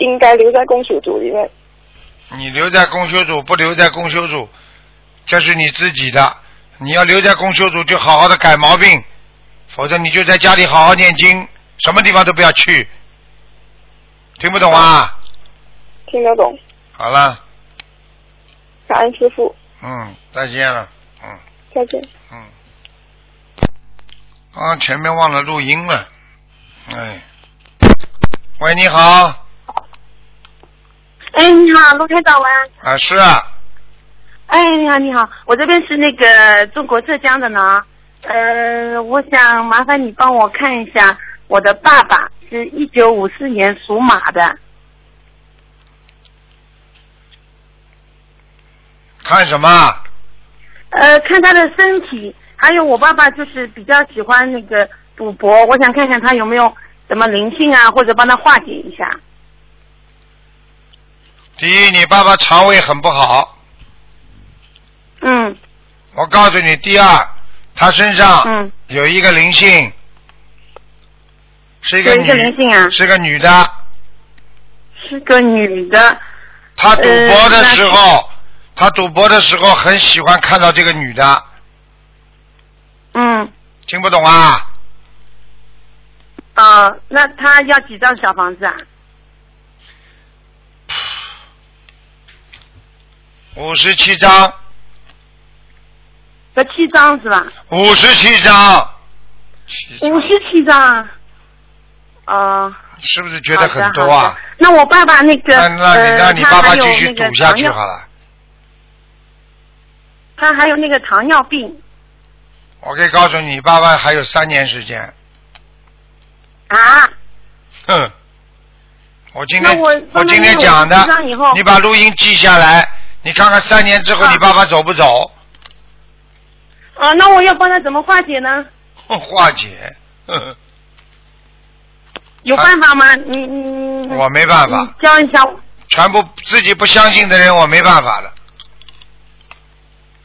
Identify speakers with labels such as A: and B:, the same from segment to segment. A: 应该留在公修组里面？
B: 你留在公修组，不留在公修组，这是你自己的。你要留在公修组，就好好的改毛病，否则你就在家里好好念经，什么地方都不要去。听不懂啊？
A: 听得懂，
B: 好了，
A: 感恩师傅，
B: 嗯，再见了，嗯
A: 再见。
B: 嗯。啊，前面忘了录音了，哎。喂，你好，
C: 哎，你好，陆台长晚安。
B: 啊是啊，
C: 哎你好，你好，我这边是那个中国浙江的呢。呃，我想麻烦你帮我看一下，我的爸爸是一九五四年属马的，
B: 看什么？
C: 呃，看他的身体，还有我爸爸就是比较喜欢那个赌博，我想看看他有没有什么灵性啊，或者帮他化解一下。
B: 第一，你爸爸肠胃很不好，
C: 嗯
B: 我告诉你；第二，他身上
C: 嗯，
B: 有一个灵性，是一个
C: 有
B: 女，
C: 一个灵性啊，
B: 是个女的。
C: 是个女的，
B: 她赌博的时
C: 呃
B: 候，她赌博的时候很喜欢看到这个女的，
C: 嗯
B: 听不懂啊？
C: 啊、呃那他要几张小房子啊？
B: 五十七章，
C: 要七张是吧？
B: 五十七章，七章
C: 五十七张啊。啊、
B: 是不是觉得
C: 好的
B: 很多
C: 好
B: 啊
C: 的？那我爸爸那个，
B: 那那你
C: 呃
B: 那你爸爸继续
C: 他还有那
B: 赌
C: 个
B: 下
C: 糖
B: 去
C: 尿，
B: 好了。
C: 他还有那个糖尿病
B: 我可以告诉你，爸爸还有三年时间。
C: 啊。
B: 哼，嗯我今天
C: 那我帮他
B: 今天
C: 念
B: 讲的
C: 57章以后，
B: 你把录音记下来，你看看三年之后
C: 啊
B: 你爸爸走不走？
C: 啊，那我要帮他怎么化解呢？
B: 哼化解，哼
C: 有
B: 啊
C: 办法吗？你你
B: 我没办法。
C: 你教一下我
B: 全部自己不相信的人，我没办法了。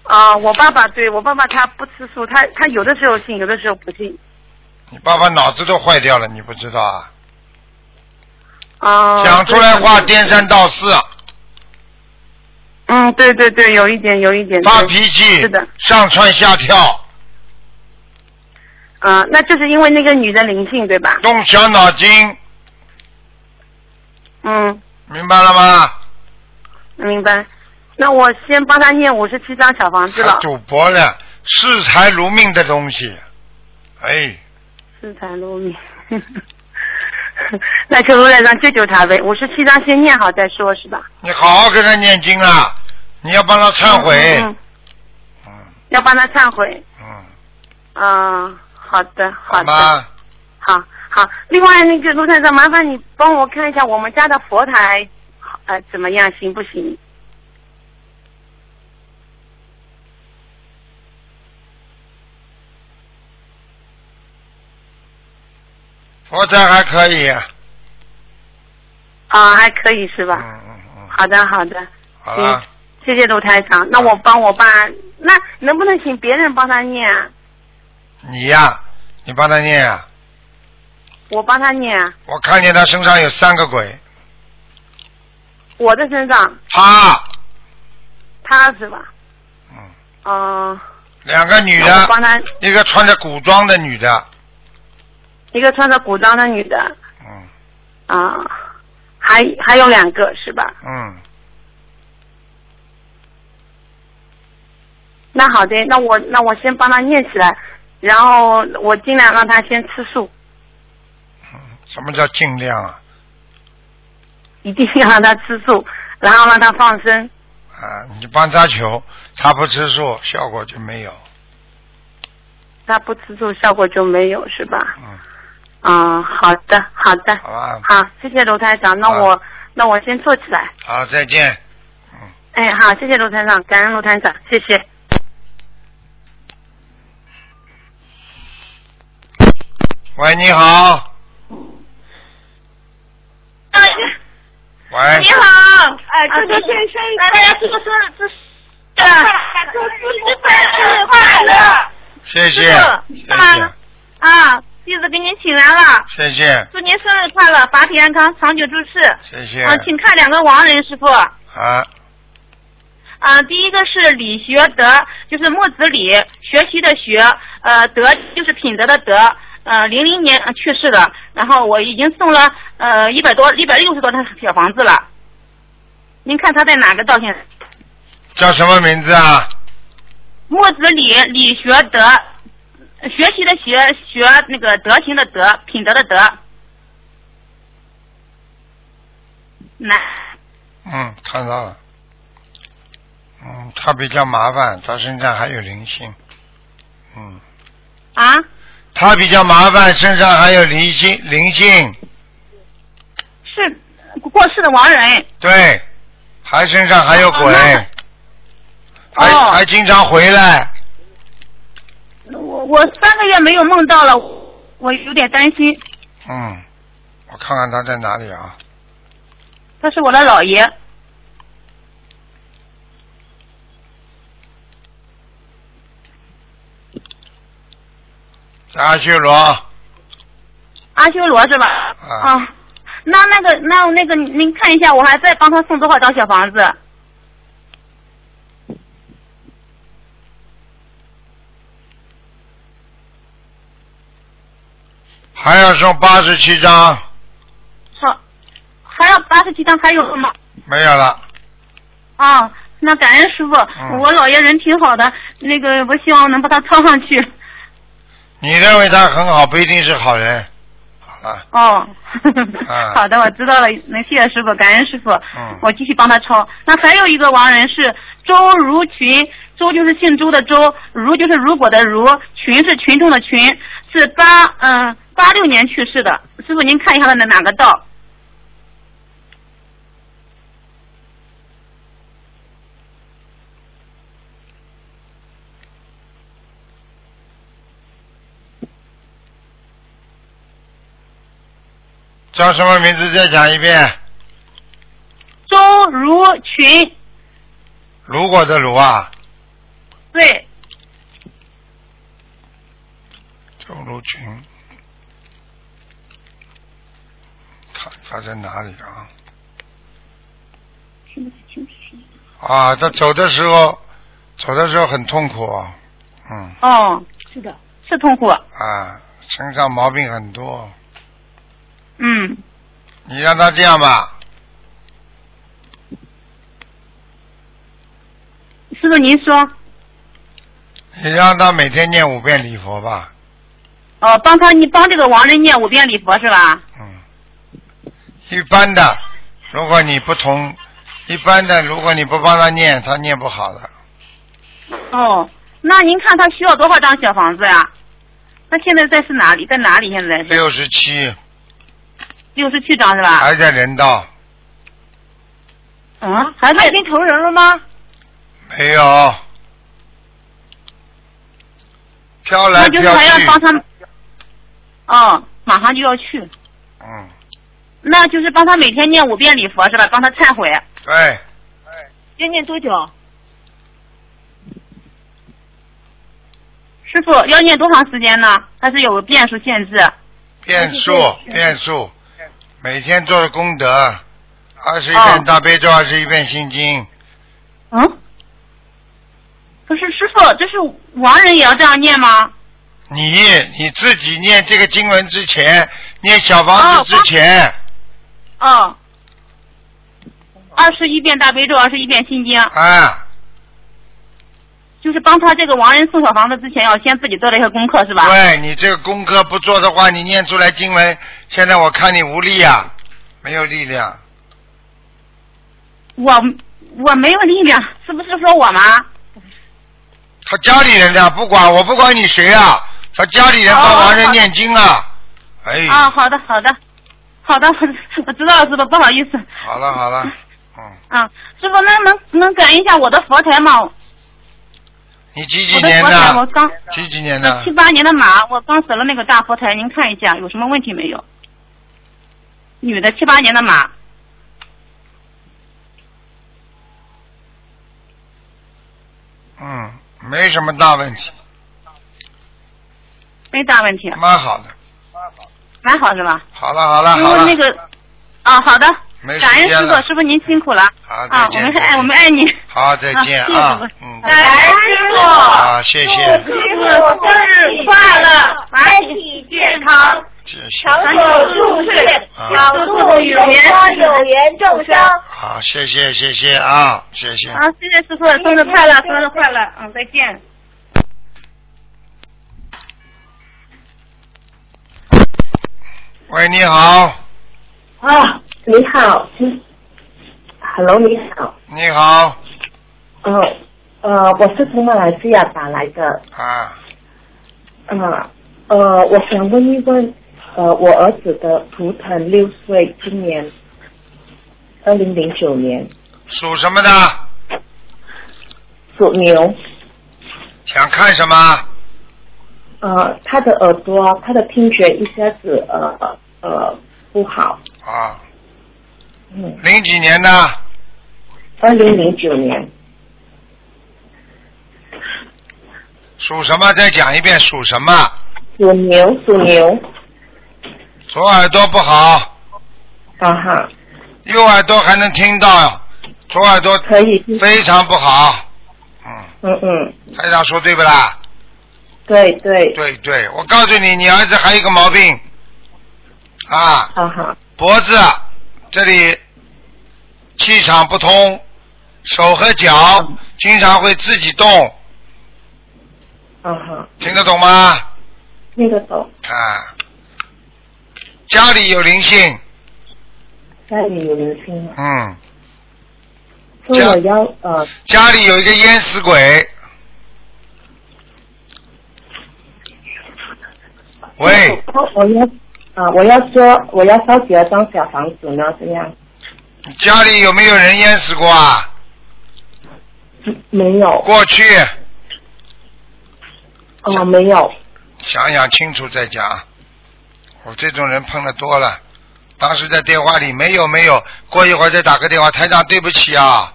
C: 啊，我爸爸对我爸爸他不吃素，他他有的时候信，有的时候不信
B: 你爸爸脑子都坏掉了，你不知道啊？
C: 啊。
B: 讲出来话
C: 对
B: 颠三倒四，啊
C: 嗯，对对对，有一点有一点。
B: 发
C: 对
B: 脾气
C: 是的，
B: 上蹿下跳，
C: 啊，那就是因为那个女的灵性对吧？
B: 动小脑筋，
C: 嗯，
B: 明白了吗？
C: 明白。那我先帮他念五十七张小房子了
B: 还。赌博了，视财如命的东西，哎，
C: 四财如命。 那求如来让救救他呗，五十七章先念好再说，是吧？
B: 你好好跟他念经啊，你要帮他忏悔，
C: 嗯嗯嗯
B: 嗯
C: 要帮他忏悔。
B: 嗯，
C: 嗯、好的，
B: 好
C: 好的，
B: 吗？
C: 好好。另外那个卢太长，麻烦你帮我看一下我们家的佛台，呃，怎么样，行不行？
B: 佛台还可以，
C: 啊、还可以是吧？
B: 嗯嗯嗯，
C: 好的，好嗯的，
B: 好了，
C: 谢谢卢台长。那我帮我爸，那能不能请别人帮他念啊？
B: 你呀、你帮他念啊，
C: 我帮他念啊，
B: 我看见他身上有三个鬼，
C: 我的身上，
B: 他，
C: 他是吧？
B: 嗯，
C: 嗯、
B: 两个女
C: 那我
B: 的，
C: 帮他
B: 一个穿着古装的女的，
C: 一个穿着古装的女的
B: 嗯
C: 啊、还还有两个是吧？
B: 嗯，
C: 那好的，那我那我先帮他念起来，然后我尽量让他先吃素，
B: 嗯什么叫尽量啊？
C: 一定要让他吃素， 然后让他放生。
B: 啊，你帮他求，他不吃素，效果就没有。
C: 他不吃素，效果就没有是吧？
B: 嗯，
C: 嗯，好的，好的，
B: 好吧，
C: 好，谢谢卢台长，那
B: 好
C: 我那我先做起来。
B: 好，再见。嗯，
C: 哎，好，谢谢卢台长，感恩卢台长，谢谢。
B: 喂，你好，喂哎
D: 你，好，
E: 哎，这
D: 啊
E: 个
D: 对
E: 先生，
D: 来大家祝生日祝
E: 哎
D: 生啊祝师傅生日快乐
B: 谢谢，
D: 师
B: 谢
D: 傅爸
B: 谢
D: 爸，啊！弟子给您请来了，
B: 谢谢
D: 祝您生日快乐，法体安康，长久住世。
B: 谢谢
D: 啊，请看两个亡人师傅。
B: 啊，
D: 啊，第一个是李学德，就是木子李，学习的学，呃，德就是品德的德，呃，零零年呃去世的，然后我已经送了呃一百多一百六十多套小房子了，您看他在哪个道歉？
B: 叫什么名字啊？
D: 木子李，李学德，学习的学，学那个德行的德，品德的德，男，
B: 嗯，看到了。嗯，他比较麻烦，他身上还有灵性。嗯，
D: 啊，
B: 他比较麻烦，身上还有灵性，灵性
D: 是过世的亡人，
B: 对，还身上还有鬼，
D: 哦
B: 还、
D: 哦
B: 还经常回来。
D: 我我三个月没有梦到了，我有点担心。
B: 嗯，我看看他在哪里啊？
D: 他是我的姥爷，
B: 在阿修罗。
D: 阿修罗是吧？
B: 啊
C: 哦
D: 那那个那那个，您看一下，我还在帮他送多少张小房子？
B: 还要送八十七张，
D: 好，还要八十七张，还有吗？
B: 没有了。
D: 啊，那感恩师傅，
B: 嗯
D: 我姥爷人挺好的，那个我希望能把他抄上去。
B: 你认为他很好，不一定是好人。好了，
D: 哦，
B: 啊
D: 好的，我知道了，能谢谢师傅，感恩师傅，
B: 嗯
D: 我继续帮他抄。那还有一个亡人是周如群，周就是姓周的周，如就是如果的如，群是群众的群，是八嗯八六年去世的，师傅您看一下他的哪个道？
B: 叫什么名字？再讲一遍。
D: 周如群，
B: 如果的如啊，
D: 对，
B: 周如群，看他在哪里啊？啊，他走的时候，走的时候很痛苦啊，嗯
D: 哦，是的，是痛苦，
B: 啊，身上毛病很多。
D: 嗯，
B: 你让他这样吧，
D: 师傅您说，
B: 你让他每天念五遍礼佛吧，
D: 哦，帮他你帮这个亡人念五遍礼佛是吧？
B: 嗯，一般的，如果你不同，一般的，如果你不帮他念，他念不好的。嗯
D: 哦，那您看他需要多少张小房子呀、他现在在是哪里？在哪里？现在是
B: 六十七
D: 六十七张是吧？
B: 还在人道，
D: 嗯，还在已经成人了吗？
B: 没有，飘来
D: 那就是
B: 飘
D: 还要
B: 去，
D: 帮他，哦，马上就要去，
B: 嗯，
D: 那就是帮他每天念五遍礼佛是吧？帮他忏悔，
B: 对，
E: 要念多久？
D: 师傅要念多长时间呢？还是有个变数限制？
B: 变数变数，每天做的功德，二十一
D: 哦
B: 遍大悲咒，二十一遍心经，
D: 嗯？可是师傅，这是亡人也要这样念吗？
B: 你你自己念这个经文之前，念小房子之前，
D: 哦，二十一遍大悲咒，二十一遍心经。
B: 啊，
D: 就是帮他这个亡人送小房子之前，要先自己做了一些功课，是吧？
B: 对你这个功课不做的话，你念出来经文，现在我看你无力啊，没有力量。
D: 我我没有力量，是不是说我吗？
B: 他家里人的不管，我不管你谁啊，他家里人帮
D: 哦
B: 亡人
D: 好
B: 念经啊，哎，
D: 啊，好的，好的，好的，我我知道了，师傅，不好意思。
B: 好了好了，嗯，
D: 啊，师傅，那能能感应一下我的佛台吗？我
B: 你几几
D: 的
B: 年
D: 佛台，我
B: 的？
D: 刚
B: 几几年的
D: 七？八年的马，我刚死了那个大佛台，您看一下有什么问题没有？女的七八年的马，
B: 嗯，没什么大问题，
D: 没大问题。啊
B: 蛮好的。
D: 蛮好是吧？
B: 好了好了
D: 因
B: 好
D: 为
B: 了，
D: 那个，啊，好的，
B: 没
D: 感
B: 时
D: 恩
B: 间
D: 师傅
B: 了，，
D: 师傅您辛苦了。
B: 好再
D: 啊，我
B: 见
D: 们是
B: 再
D: 爱，
B: 见
D: 我们爱你。
B: 好再见啊
D: 啊谢谢师，
B: 嗯，
D: 感恩师傅，
B: 啊谢谢
D: 师傅生日快乐，身体健康，
B: 谢谢，
D: 长久住世，
B: 啊
D: 度与人。
E: 有缘众生。
B: 好谢谢谢谢啊谢谢，
D: 啊，谢谢师傅，生日快乐，生日快乐，嗯，再见。
B: 喂你好
F: 啊，你好，嗯，Hello，你好，
B: 你好
F: 嗯，呃，我是从马来西亚打来的，
B: 啊
F: 嗯，呃，我想问一问，呃，我儿子的图腾六岁，今年二零零九年，
B: 属什么的？
F: 属牛，
B: 想看什么？
F: 呃，他的耳朵，他的听觉一下子呃呃不好，
B: 啊，
F: 嗯，
B: 零几年的
F: 二零零九年，
B: 属什么？再讲一遍属什么？
F: 属牛，属牛，
B: 左耳朵不好，
F: 啊哈，
B: 右耳朵还能听到，左耳朵
F: 可以，
B: 非常不好。嗯，
F: 嗯嗯，
B: 台长说对不啦？
F: 对对，
B: 对对，我告诉你，你儿子还有一个毛病啊，
F: 啊哈，
B: 脖子这里气场不通，手和脚经常会自己动，
F: 啊哈，
B: 听得懂吗？
F: 那个懂。
B: 啊，家里有灵性，
F: 家里有人听吗？
B: 嗯，
F: 说我要呃
B: 家里有一个淹死鬼。喂，，
F: 我要啊、我要说我要烧几个张小房子呢？这样
B: 你家里有没有人淹死过啊？
F: 没有
B: 过去
F: 哦、没有
B: 想想清楚再讲。我这种人碰的多了，当时在电话里没有没有，过一会儿再打个电话，台长对不起啊，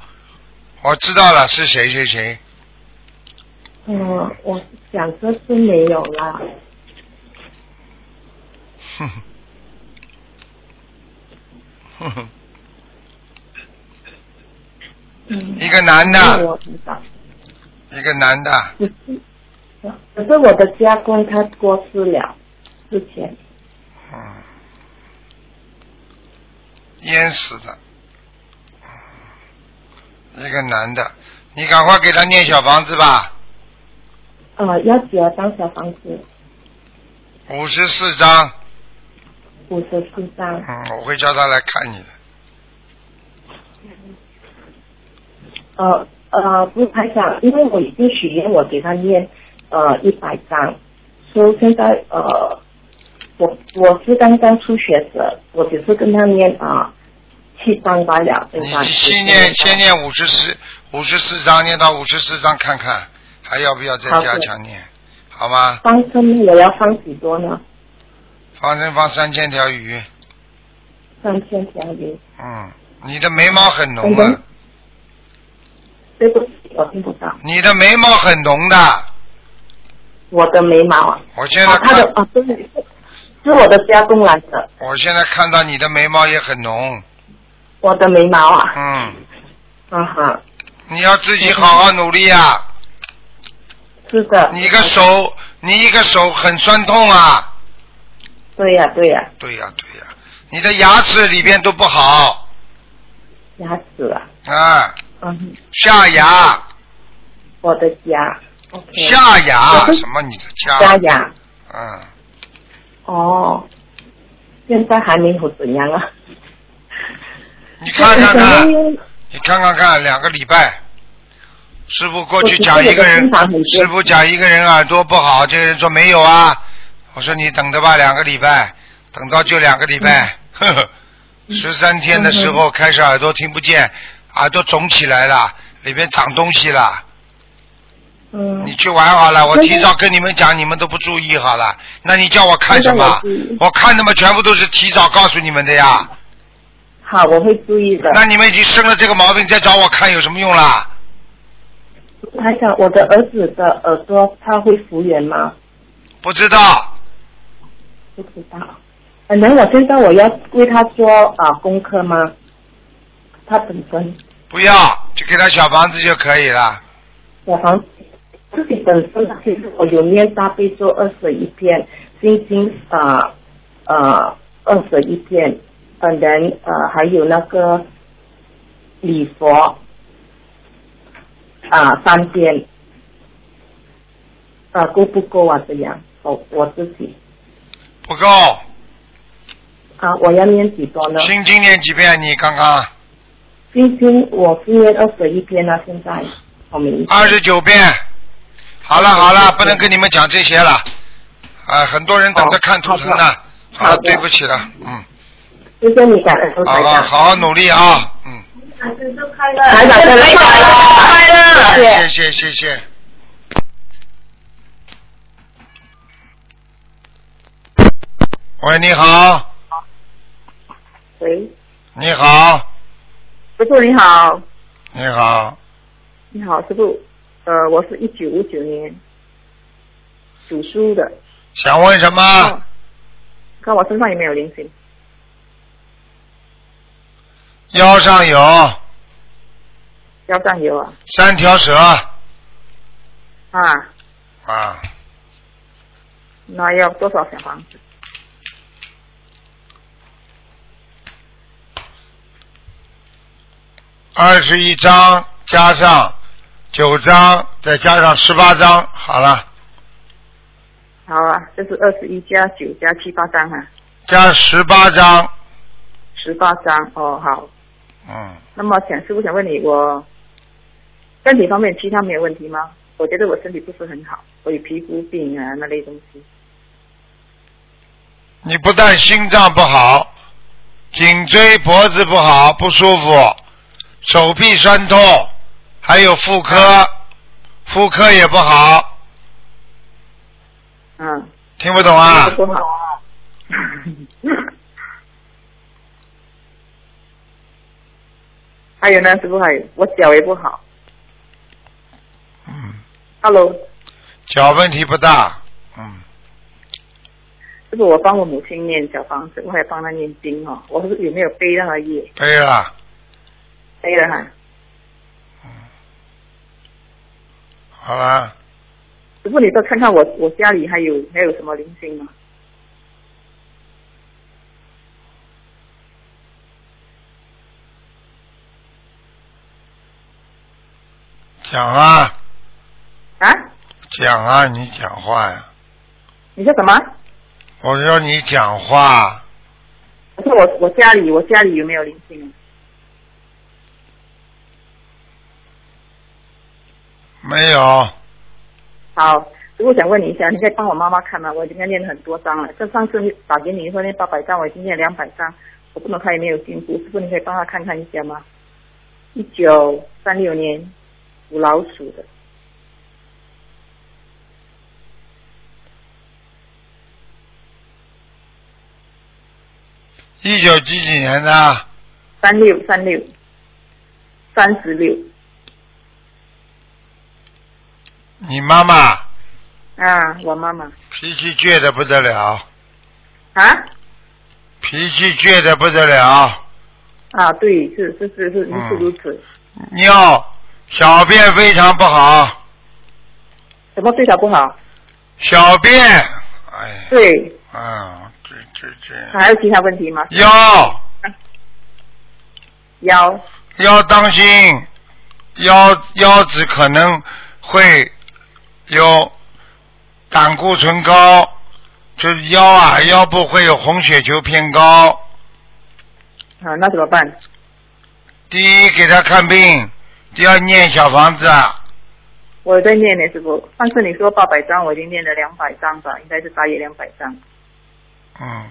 B: 我知道了是谁谁谁，
F: 嗯、我想这是没有啦。
B: 哼哼，哼哼，
F: 嗯，
B: 一个男
F: 那
B: 的，
F: 我知道，
B: 一个男的，
F: 只是可是我的家公他过世了之前，
B: 嗯，淹死的，嗯一个男的，你赶快给他念小房子吧，
F: 呃，要几个张小房子？
B: 五十四章，
F: 五十四张。
B: 嗯，我会叫他来看你的。
F: 呃呃，不是台长，因为我已经许愿，我给他念呃一百张，所以现在呃，我我是刚刚初学者，我只是跟他念啊、七张罢了，对吧？
B: 你先哎念先念五十四五十四章，念到五十四章看看，还要不要再
F: 好的
B: 加强念？好吗？
F: 放生，我要放几多呢？
B: 放生放三千条鱼，
F: 三千条鱼。
B: 嗯，你的眉毛很浓
F: 嗯
B: 啊
F: 哼，对不起，我听不到。
B: 你的眉毛很浓的，
F: 我的眉毛啊，
B: 我现在
F: 啊，他
B: 看
F: 的啊，对，是是我的家公来的，
B: 我现在看到你的眉毛也很浓，
F: 我的眉毛啊，
B: 嗯。
F: 啊哈，
B: 你要自己好好努力啊！
F: 是的。
B: 你一个手，你一个手很酸痛啊！
F: 对呀、对呀、
B: 对呀、对呀、你的牙齿里边都不好
F: 牙齿啊，
B: 啊，
F: 嗯哼。
B: 下牙、
F: 我的家。OK。
B: 下牙
F: 我是
B: 什么？你的家？
F: 家呀。
B: 嗯，
F: 哦，现在还没有怎样啊？
B: 你看啊看
F: 可
B: 看
F: 能，因为
B: 你看看看，两个礼拜，师傅过去
F: 我觉得
B: 讲一个人
F: 我的心肠很，
B: 师
F: 健
B: 傅讲一个人耳朵不好，这个人说没有啊，我说你等着吧，两个礼拜，等到就两个礼拜，
F: 嗯
B: 呵呵，十三天的时候开始耳朵听不见，耳朵肿起来了，里边长东西了，
F: 嗯
B: 你，去玩好了，我
F: 那
B: 提早跟你们讲，你们都不注意好了，那你叫我看什
F: 那我
B: 么
F: 注意？
B: 我看他们全部都是提早告诉你们的呀，
F: 好，我会注意的。
B: 那你们已经生了这个毛病，再找我看有什么用啦？
F: 还想我的儿子的耳朵，他会复原吗？
B: 不知道。
F: 不知道。可能我现在我要为他做啊、功课吗？他本身
B: 不要，就给他小房子就可以了。
F: 我好像自己本身其实我有念大悲咒二十一遍，心经啊呃二十一遍，本人呃还有那个礼佛啊、三遍，啊够不够啊？这样我我自己
B: 不够，
F: 啊我要念几多呢？
B: 心经念几遍？你刚刚
F: 心经我是念二十一遍了，现在我明
B: 二十九遍。好了好了，不能跟你们讲这些了，啊，很多人等着看图腾呢。好了，
F: 好的
B: 啊对不起了，嗯，
F: 谢谢你感恩
B: 好了，好好努力啊，嗯，
F: 台长生日快乐，快
B: 谢谢谢谢。喂，你好，
F: 喂，
B: 你好，
F: 师傅你好，
B: 你好，
F: 你好师傅，呃，我是一九五九年属猪的，
B: 想问什么？
F: 啊看我身上有没有灵性？
B: 腰上有
F: 腰上有啊，
B: 三条蛇
F: 啊，
B: 啊，
F: 那要多少小房子？
B: 二十一张加上九张，再加上十八张，好了，
F: 好啊，这是二十一加九加七八张啊，
B: 加十八张，
F: 十八张哦，好。
B: 嗯，
F: 那么想师傅想问你，我身体方面其他没有问题吗？我觉得我身体不是很好，我有皮肤病啊那类东西。
B: 你不但心脏不好，颈椎脖子不好不舒服，手臂酸痛，还有妇科，妇科也不好，
F: 嗯，
B: 听不懂啊？
F: 不好。 还有呢，师傅还有，我脚也不好。
B: 嗯，
F: Hello，
B: 脚问题不大，嗯，
F: 师傅，我帮我母亲念小房子，我还帮她念经哦。我是有没有背让她业？
B: 对了。
F: 背了哈。
B: 好了，
F: 师傅，你再看看我我家里还有还有什么灵性吗？
B: 讲啊，
F: 啊？
B: 讲啊，你讲话呀！
F: 你说什么？
B: 我说你讲话，
F: 我说我我家里我家里有没有灵性啊？
B: 没有，
F: 好，如果想问你一下，你可以帮我妈妈看吗？我已经念了很多章了，这上次打给你说那八百章，我已经念两百章，我不能看有没有进步，师傅你可以帮她看看一下吗？一九三六年属老鼠的，
B: 一九几几年的？
F: 三六三六，三十六
B: 你妈妈
F: 啊，我妈妈
B: 脾气倔得不得了，
F: 啊
B: 脾气倔得不得了，
F: 啊，对，是是是是，是如此，
B: 尿小便非常不好，
F: 什么对她不好？
B: 小便，哎，
F: 对，
B: 啊，这这这，
F: 还有其他问题吗？
B: 腰
F: 腰
B: 要当心，腰腰子可能会有胆固醇高，就是腰啊腰部会有红血球偏高。
F: 啊，那怎么办？
B: 第一给他看病，第二念小房子，啊
F: 我在念呢，师傅。上次你说八百张，我已经念了两百张吧，应该是大约两百张。
B: 嗯，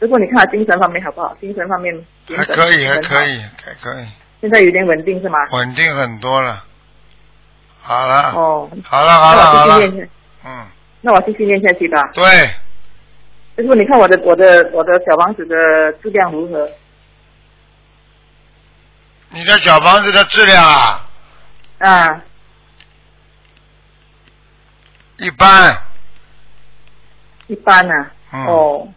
F: 如果你看他精神方面好不好？精神方面
B: 还可以还可。
F: 精神很好
B: 以还可以，
F: 现在有点稳定是吗？
B: 稳定很多了。好了，
F: 哦，
B: 好了好了好
F: 那我继续
B: 了，
F: 念，
B: 嗯，
F: 那我继续念下去吧。
B: 对，
F: 师傅，你看我的我的我的小房子的质量如何？
B: 你的小房子的质量啊
F: 啊，
B: 嗯一般，
F: 一般啊。
B: 嗯
F: 哦，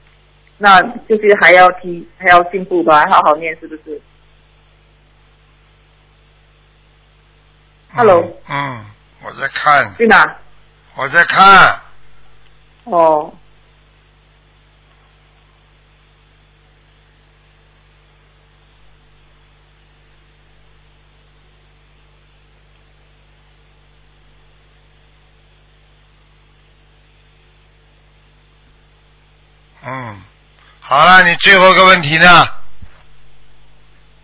F: 那就是还要提，还要进步吧，好好念是不是？Hello
B: 嗯，我在看，
F: 对吗？
B: 我在看，
F: 哦，
B: 嗯，好了，你最后一个问题呢？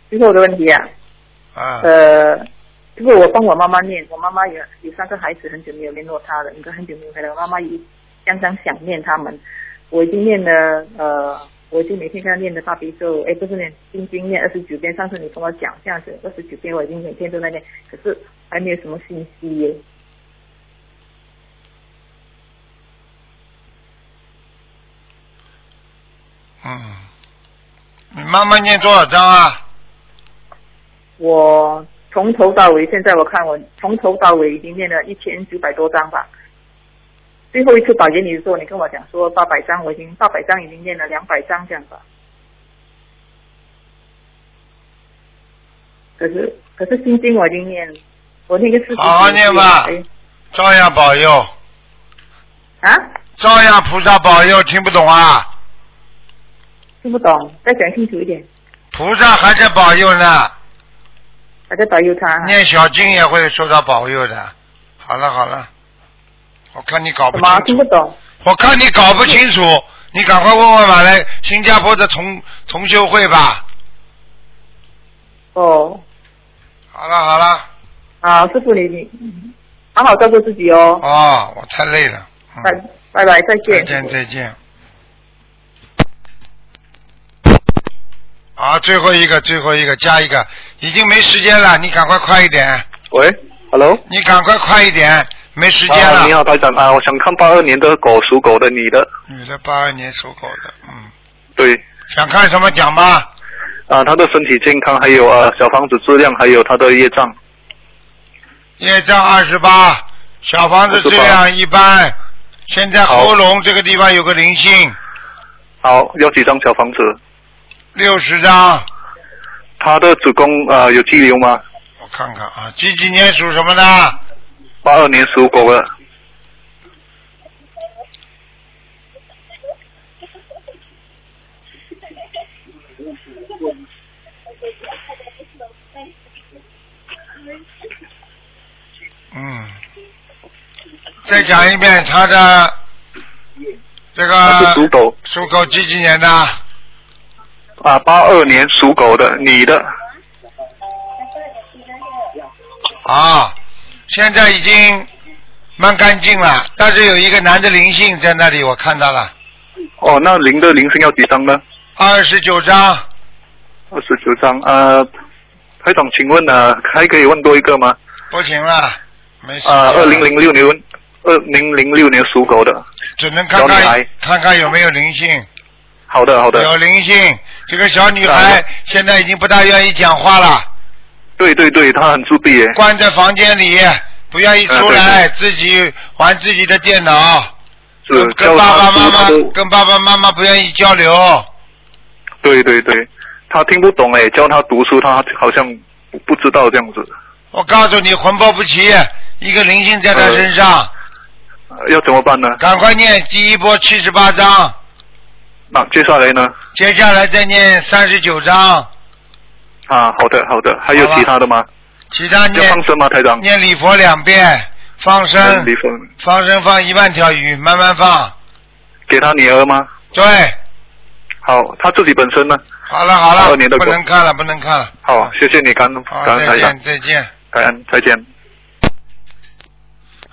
F: 最后的问题啊，
B: 啊，
F: 呃，就是我帮我妈妈念，我妈妈有有三个孩子，很久没有联络她了，应该很久没有回来，我妈妈也相当想念他们。我已经念了，呃，我已经每天跟她念的大悲咒，哎，不是念心经念二十九遍，上次你跟我讲这样子，二十九遍我已经每天都在念，可是还没有什么信息耶。
B: 嗯，你妈妈念多少章啊？
F: 我从头到尾，现在我看我从头到尾已经念了一千九百多张吧。最后一次保研你的时候，你跟我讲说八百张，我已经八百张已经念了两百张这样吧。可是可是心经我已经念，我那个是
B: 好好念吧
F: 哎
B: 照样保佑，
F: 啊，
B: 照样菩萨保佑，听不懂啊？
F: 听不懂，再讲清楚一点，
B: 菩萨还在保佑呢，
F: 还在保佑他。
B: 念小经也会受到保佑的。好了好了，我看你搞不
F: 什么听
B: 清
F: 不
B: 楚，
F: 懂？
B: 我看你搞不清楚，你赶快问问马来新加坡的同同修会吧。
F: 哦，
B: 好了好了，
F: 啊，师傅你你好好照顾自己哦。
B: 哦，我太累了。嗯
F: 拜拜拜，再
B: 再
F: 见。
B: 见，再见。好，啊最后一个，最后一个，加一个，已经没时间了，你赶快快一点，
G: 喂，Hello，
B: 你赶快快一点，没时间
G: 啊，你
B: 了。
G: 好，台长啊，我想看八二年的狗，属狗的女的，
B: 女的，八二年属狗的，嗯，
G: 对，
B: 想看什么讲吧。
G: 啊，她的身体健康，还有啊小房子质量，还有她的业障，
B: 业障二十八，小房子质量一般，现在
G: 好
B: 喉咙这个地方有个灵性，
G: 好，有几张小房子？
B: 六十张，
G: 她的子宫啊有肌瘤吗？
B: 我看看啊，几几年属什么的？
G: 八二年属狗的，
B: 嗯，再讲一遍他的这
G: 她是属
B: 个
G: 狗
B: 属狗几几年的？
G: 啊，八二年属狗的女的，
B: 啊，现在已经蛮干净了，但是有一个男的灵性在那里，我看到了，
G: 哦，那零的零星要几张呢？
B: 二十九张，
G: 二十九张，呃，台长，请问呢、啊，还可以问多一个吗？
B: 不行了，没事。
G: 啊，二零零六年，二零零六年属狗的，
B: 只能看
G: 小女
B: 看
G: 孩
B: 看看有没有灵性，
G: 好的，好的，啊
B: 有灵性。这个小女
G: 好
B: 孩
G: 的
B: 现在已经不大愿意讲话了，
G: 对对对，他很自闭耶。
B: 关在房间里，不愿意出来，
G: 嗯
B: 自己玩自己的电脑，
G: 是
B: 跟
G: 叫
B: 跟爸爸妈
G: 他读他
B: 妈
G: 都
B: 跟爸爸妈妈不愿意交流。
G: 对对对，他听不懂哎，教他读书，他好像不不知道这样子，
B: 我告诉你，魂魄不齐，一个灵性在他
G: 嗯
B: 身上。
G: 呃要怎么办呢？
B: 赶快念第一波七十八章，
G: 那、接下来呢？
B: 接下来再念三十九章，
G: 啊，好的好的，还有
B: 好吧
G: 其他的吗？
B: 其他
G: 要
B: 念
G: 放生吗，台长？
B: 念礼佛两遍，放
G: 嗯
B: 生
G: 离婚，
B: 放生放一万条鱼，慢慢放。
G: 给他女儿吗？
B: 对，
G: 好，他自己本身呢？
B: 好了好
G: 好
B: 了，
G: 你的
B: 不
G: 狗
B: 能看了不能看了。
G: 好，谢谢你，感恩
B: 好，
G: 感恩
B: 再
G: 台长
B: 见，再见。
G: 感恩，再见。